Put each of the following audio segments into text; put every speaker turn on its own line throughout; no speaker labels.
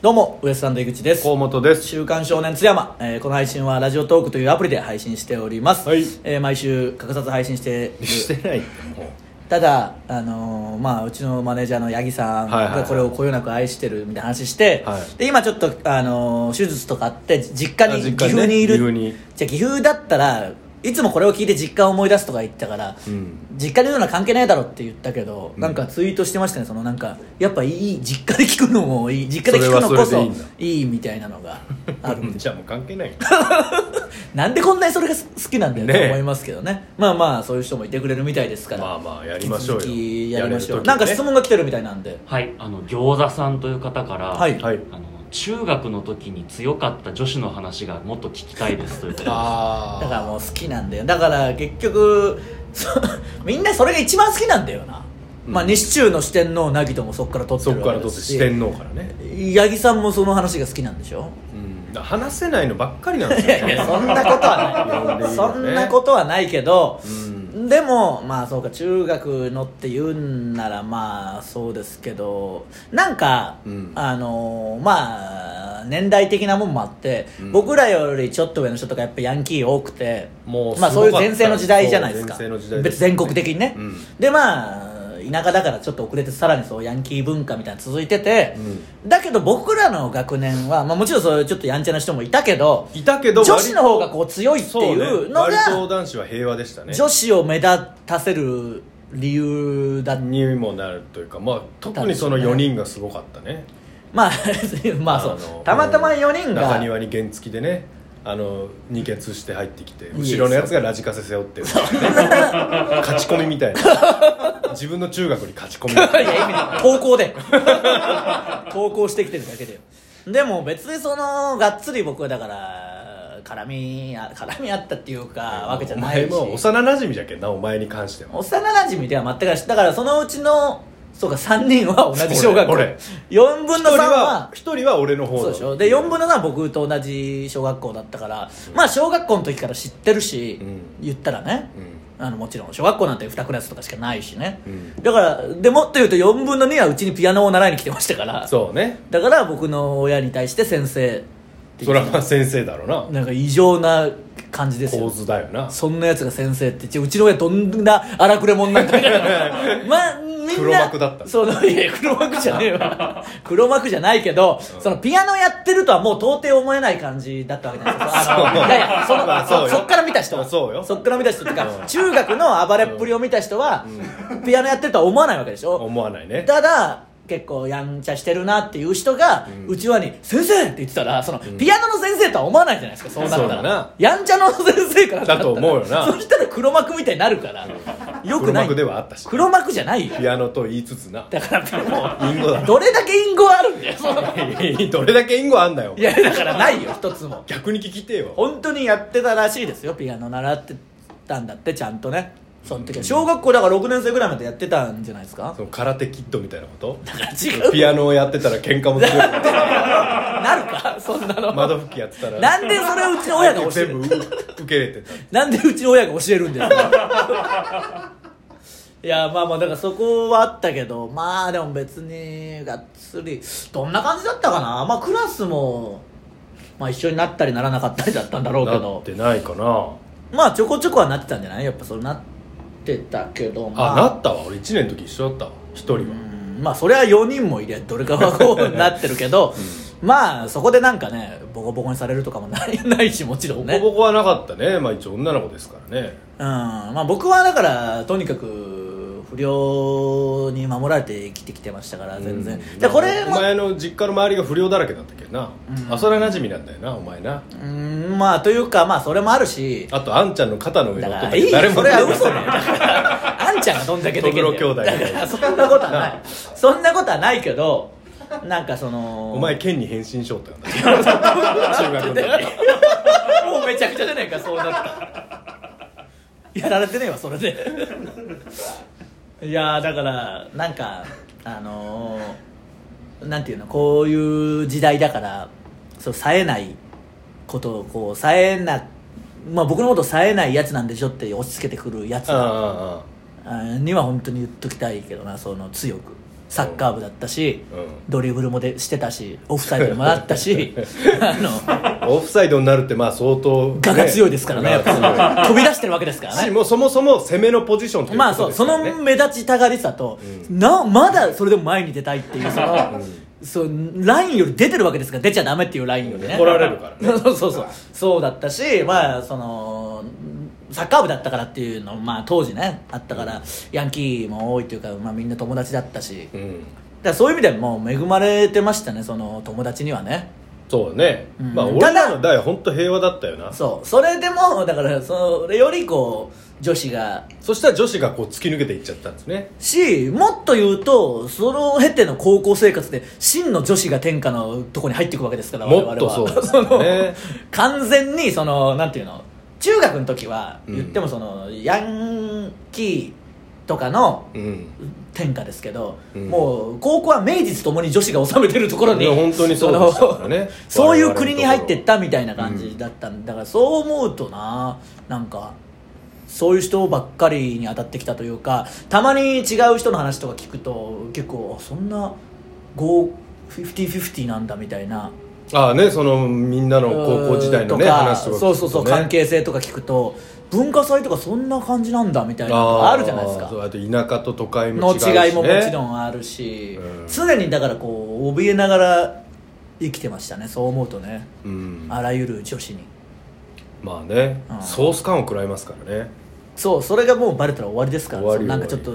どうもウエストランド井口です
河本です
週刊少年津山、えーこの配信はラジオトークというアプリで配信しております、
はい
えー毎週欠かさず配信している
してないも
ただ、あのーまあ、うちのマネージャーの八木さん
はいはい
が
はい
これをこよなく愛してるみたいな話して、
はい
で今ちょっと、あのー手術とかあって実家
あ
に
実家ね
岐阜にいる
岐阜に
じゃあ岐阜だったらいつもこれを聞いて実家を思い出すとか言ったから、
うん
実家にいるのは関係ないだろって言ったけど、なんかツイートしてましたねそのなんかやっぱいい実家で聞くのもいい実家で聞くのこ
それ
そ
はそれ
いいみたいなのがあるんで
うじゃあもう関係ない
なんでこんなにそれがす好きなんだよ
ね
と
え
思いますけどねまあまあそういう人もいてくれるみたいですから
まあまあやりましょう
引
よ
き続きやりましょう、
やれる時ね
なんか質問が来てるみたいなんで
はい、あの餃子さんという方から、
はい
はい
あの中学の時に強かった女子の話がもっと聞きたいですということで
あ
だからもう好きなんだよだから結局そ みんなそれが一番好きなんだよな、
うん
まあ西中の四天王凪ともそっから取って
そ
る
こか
わ
ら
け
と
で
って
す
四
し
天王からね
八木さんもその話が好きなんでしょ
うん話せないのばっかりなんです
い
よ
やいやそんなことはない
い
そ
やいいよね
んなことはないけど、
うん
でもまあそうか中学のって言うんならまあそうですけどなんか、
うん
あのーまあ年代的なもんもあって、
うん
僕らよりちょっと上の人とかやっぱヤンキー多くて
もう
まあ、
すご
そう
か
い
っ
う
た
前世の時代じゃないですか
そう前世の時代です
別全国的にね、
うん
でまあ田舎だからちょっと遅れてさらにそうヤンキー文化みたいなの続いてて、だけど僕らの学年は、まあ、もちろんそういうちょっとやんちゃな人もいたけど
いたけど
女子の方がこう強いって
そう
い
ね
うの
割と
が
男子は平和でしたね
女子を目立たせる理由だ
にもなるというかまあ特にその4人がすごかったね
まあ まあそ
あの
うたまたま4人が
中庭に原付きでねあの二血して入ってきて後ろのやつがラジカセ背負ってる勝ち込みみたいな自分の中学に勝ち込みみたい
いや意味ない投稿で投稿してきてるだけででも別にそのがっつり僕はだから絡みあ絡みあったっていうかわけじゃないし
お前も幼馴染じゃけんなお前に関しては
幼なじみでは全くないだからそのうちのそうか3人は同じ小学校
俺俺
4分
一
の3
人
は
は一人は俺の方だ
そうでしょで4分の3は僕と同じ小学校だったから、まあ小学校の時から知ってるし、
うん
言ったらね、あのもちろん小学校なんて2クラスとかしかないしね、
うん
だからでもっと言うと4分の2はうちにピアノを習いに来てましたから
そうね
だから僕の親に対して先生って言
そ
っ
れ
て
はまあ先生だろうな
なんか異常な感じです
構
よ
図だよな
そんなやつが先生ってうちの親どんな荒くれ者なんだみたい なまあみんな
黒幕だった
そのいや黒幕じゃねえ わ黒幕じゃないけど、そのピアノやってるとはもう到底思えない感じだったわけじゃないですかあの
そう
いやいやその、
まあ
そ
そうよ
そっから見た人は
そうよ
そっから見た人っていうか中学の暴れっぷりを見た人は、ピアノやってるとは思わないわけでしょ
思わないね
ただ結構やんちゃしてるなっていう人が、うちわに「先生!」って言ってたらその、ピアノの先生とは思わないじゃないですかそうなっ
そう
たら
だな
やんちゃの先生から
だと思うよな
そしたら黒幕みたいになるからよく
黒
ない
幕ではあったし
黒幕じゃないよ
ピアノと言いつつな
だからも
インゴだ
うどれだけ因果あるんだよその
どれだけインゴあんだよ
いやだからないよ一つも
逆に聞きてえよ
本当にやってたらしいですよピアノ習ってたんだってちゃんとねその時は小学校だから6年生ぐらいまでやってたんじゃないですか
その空手キッドみたいなこと
違う
ピアノをやってたら喧嘩も強い
なるかそんな の
窓拭きやってたら
なんでそれうちの親が教え
全
る
部受け入れてた
なんでうちの親が教えるんですか いやまあまあだからそこはあったけどまあでも別にがっつりどんな感じだったかなまあクラスもまあ一緒になったりならなかったりだったんだろうけ
なっ
ど
てないかな
まあちょこちょこはなってたんじゃないやっぱそうなってたけどま
あなったわ俺1年の時一緒だったわ1人は
うんまあそれは4人もいりゃどれかはこうなってるけど、まあそこでなんかねボコボコにされるとかもないないしもちろん
ボ
ね
コボコはなかったねまあ一応女の子ですからね
うんまあ、僕はだからとにかく不良に守られて生きてきてましたから全然、
うん
でこれ
お
も、
前の実家の周りが不良だらけだったっけどな、あそれは馴染みなんだよなお前な
うんまあというかまあそれもあるし
あとあんちゃんの肩の上
だ
に乗っ
か
と
ら
った
い
け
い
ど
よ
誰
そ
も
れは
見て
嘘だ
な
よ
い
だからあんちゃんがどんだけできるんだよ
トグロ
だ
兄弟み
か
たいな
らそんなことはないそんなことはないけどなんかその
お前剣に変身しようってなった中学の時
もうめちゃくちゃじゃねえかそうなったらやられてねえわそれでいやーだからなんかあのー、なんていうのこういう時代だからそう冴えないことをこう冴えなまあ僕のこと冴えないやつなんでしょって押し付けてくるやつ
ああああ
あーには本当に言っときたいけどなその強くサッカー部だったし、
う
ドリブルもでしてたしオフサイドもあった しあの
オフサイドになるってまあ相当、ね、
我が強いですからねやっ
我が
ぱ飛び出してるわけですから
強いし
ね
もうそもそも攻めのポジションという
まあ
こと
そう
です
そ
から
の
ね
目立ちたがりさと、なまだそれでも前に出たいって いうその、そうラインより出てるわけですから出ちゃダメっていうラインよりね
怒られるから ね
そうそうそうそうだったしまあそのサッカー部だったからっていうのまあ当時ねあったからヤンキーも多いというか、まあ、みんな友達だったしだか
うん
らそういう意味ではもう恵まれてましたねその友達にはね
そうね、
うん
まあ
ただ
俺らの代は本当平和だったよな
そ
そ
うそれでもだからそれよりこう女子が
したら女子がこう突き抜けていっちゃったんですね
しもっと言うとその経ての高校生活で真の女子が天下のとこに入っていくわけですから我々
も
は
っとそうですよね
完全にそのなんていうの中学の時は
うん
言ってもその、ヤンキーとかの
うん
天下ですけど、
うん
もう高校は名実ともに女子が治めてるところに
いや本当にそうでしたからね
そのそういう
我々のところ
国に入ってったみたいな感じだったんだからそう思うとななんかそういう人ばっかりに当たってきたというかたまに違う人の話とか聞くと結構あそんな5050なんだみたいな
ああねそのみんなの高校時代のね
とか
話とか聞くとね
そうそうそう関係性とか聞くと文化祭とかそんな感じなんだみたいなのがあるじゃないですか
そうあと田舎と都会も
の
違うし、ね、
違いももちろ
ん
んあるし、
うん
常にだからこう怯えながら生きてましたねそう思うとね、
うん
あらゆる女子に
まあね、
うん
ソース感を食らいますからね
そうそれがもうバレたら終わりですから
終わり
そうなんかちょっと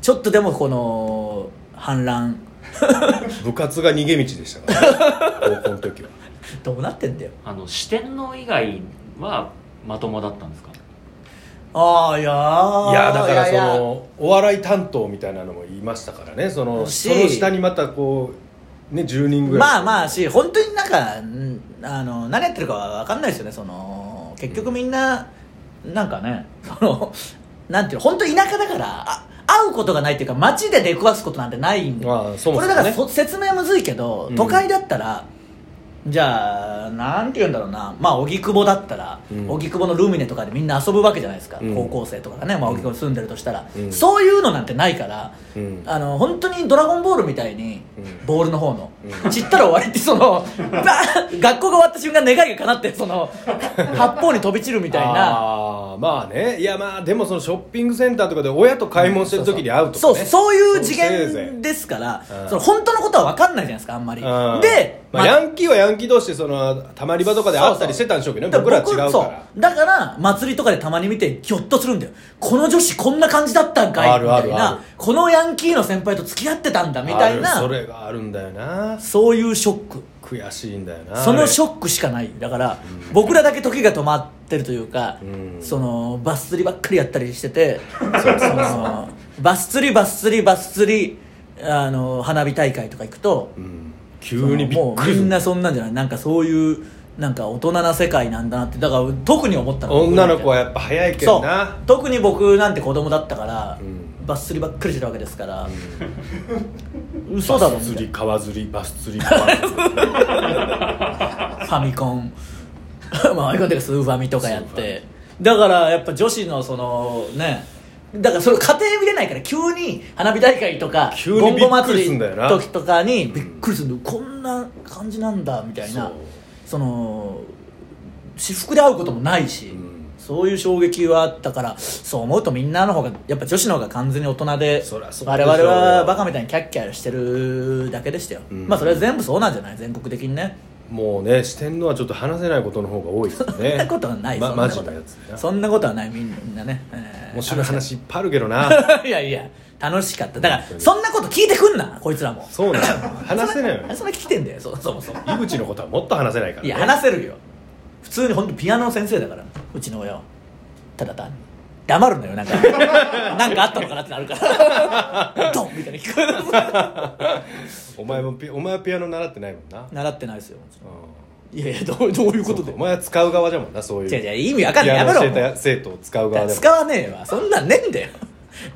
ちょっとでもこの反乱
部活が逃げ道でしたから、ね、高校の時は
どうなってんだよ
あの四天王以外はまともだったんですか
ああいやー
いやだからそ
い
の
やいや
お笑い担当みたいなのもいましたからねその
し
その下にまたこうね10人ぐらい
まあまあし本当になんかうんあの何やってるかは分かんないですよねその結局みんな、なんかねそのなんていうの本当田舎だからあ会うことがないっていうか街で出くわすことなんてないんで、
まあそも
こ
そもね
れだからそ説明むずいけど
うん
都会だったら、じゃあなんて言うんだろうなまあ荻窪だったら
うん
荻窪、のルミネとかでみんな遊ぶわけじゃないですか、
うん
高校生とかがね、まあ、荻窪に住んでるとしたら、
うん
そういうのなんてないから、
うん
あの本当に「ドラゴンボール」みたいに、
うん
ボールの方の、
うん
散ったら終わりってそ のばー学校が終わった瞬間願いが叶ってその八方に飛び散るみたいな
あーまあねいやまあでもそのショッピングセンターとかで親と買い物してる時に会うとか、
そうそ
ね
うそういう次
せいぜ
元
い
ですから
うん
その本当のことは分かんないじゃないですかあんまり
うん
で、
まあ、ヤンキーはヤンキー同士でそのたまり場とかで会ったりしてたんでしょうけどね
だ
僕
から
は違うから
そうだから祭りとかでたまに見てギョッとするんだよこの女子こんな感じだったんかい
あるある
みたいな
ある
このヤンキーの先輩と付き合ってたんだみたい
あ
な
るそれがあるんだよな
そういうショック
悔しいんだよな
そのショ
ッ
ックしかないだから僕らだけ時が止まってるというか、
うん
そのバス釣りばっかりやったりしててそのバス釣りバス釣りバス釣りあの花火大会とか行くと、
急にび
も
っ
う
くり
み
す
ん
る
なそんなんじゃないなんかそういうなんか大人な世界なんだなってだから特に思ったの
女の子はやっぱ早いけ
そ
ど
う
な
特に僕なんて子供だったから、
うん
バス釣りばっかりしてるわけですから、嘘だろ
バス
みた
釣
い
り川釣りバス釣り 川釣り
なファミコン まあファミコンっていうかスーファミとかやってだからやっぱ女子のそのねだからそれ家庭見れないから急に花火大会とか
急にびっくりすんだよな
ゴンゴ祭り時とかにびっくりするんだよこんな感じなんだみたいな
そう
その私服で会うこともないし、
ん
そういう衝撃はあったからそう思うとみんなの方がやっぱ女子の方が完全に大人で
そりゃそうで
我
しょう
々はバカみたいにキャッキャしてるだけでしたよ、
うん
まあそれは全部そうなんじゃない全国的にね
もうね四天王はちょっと話せないことの方が多いですよね
そんなことはない、
ま、
そん
マ
な
ジ
こ
な
と
やつね
そんなことはないみんなね、えー
面白い話いっぱいあるけどな
楽しかったいやいや楽しかっただからそんなこと聞いてくんなこいつらも
そうなの話せないよ
あそんな聞いてんだよそそもそも
井口のことはもっと話せないから、
い
ね、
や話せるよ普通に本当ピアノの先生だからうちの親はただ単に黙るのよなん かなんかあったのかなってなるから ドンみたいな聞こえる
お前もピお前はピアノ習ってないもんな、うん、
習ってないですよいやいやどうどういうことで
お前は使う側じゃもんなそういう
違う違う意味わかんない
ピア
や
ノ
め
教
ろ
え
も
た生徒を使う側
う
でも
使わねえわそんなんねえんだよ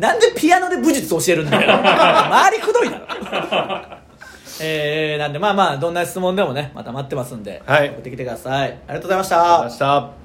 なんでピアノで武術教えるんだよ周りくどいだろえー、なんでまあまあどんな質問でもねまた待ってますんで、
はい
送ってきてくださいありがとうございまし
ありがとうござい
た
ました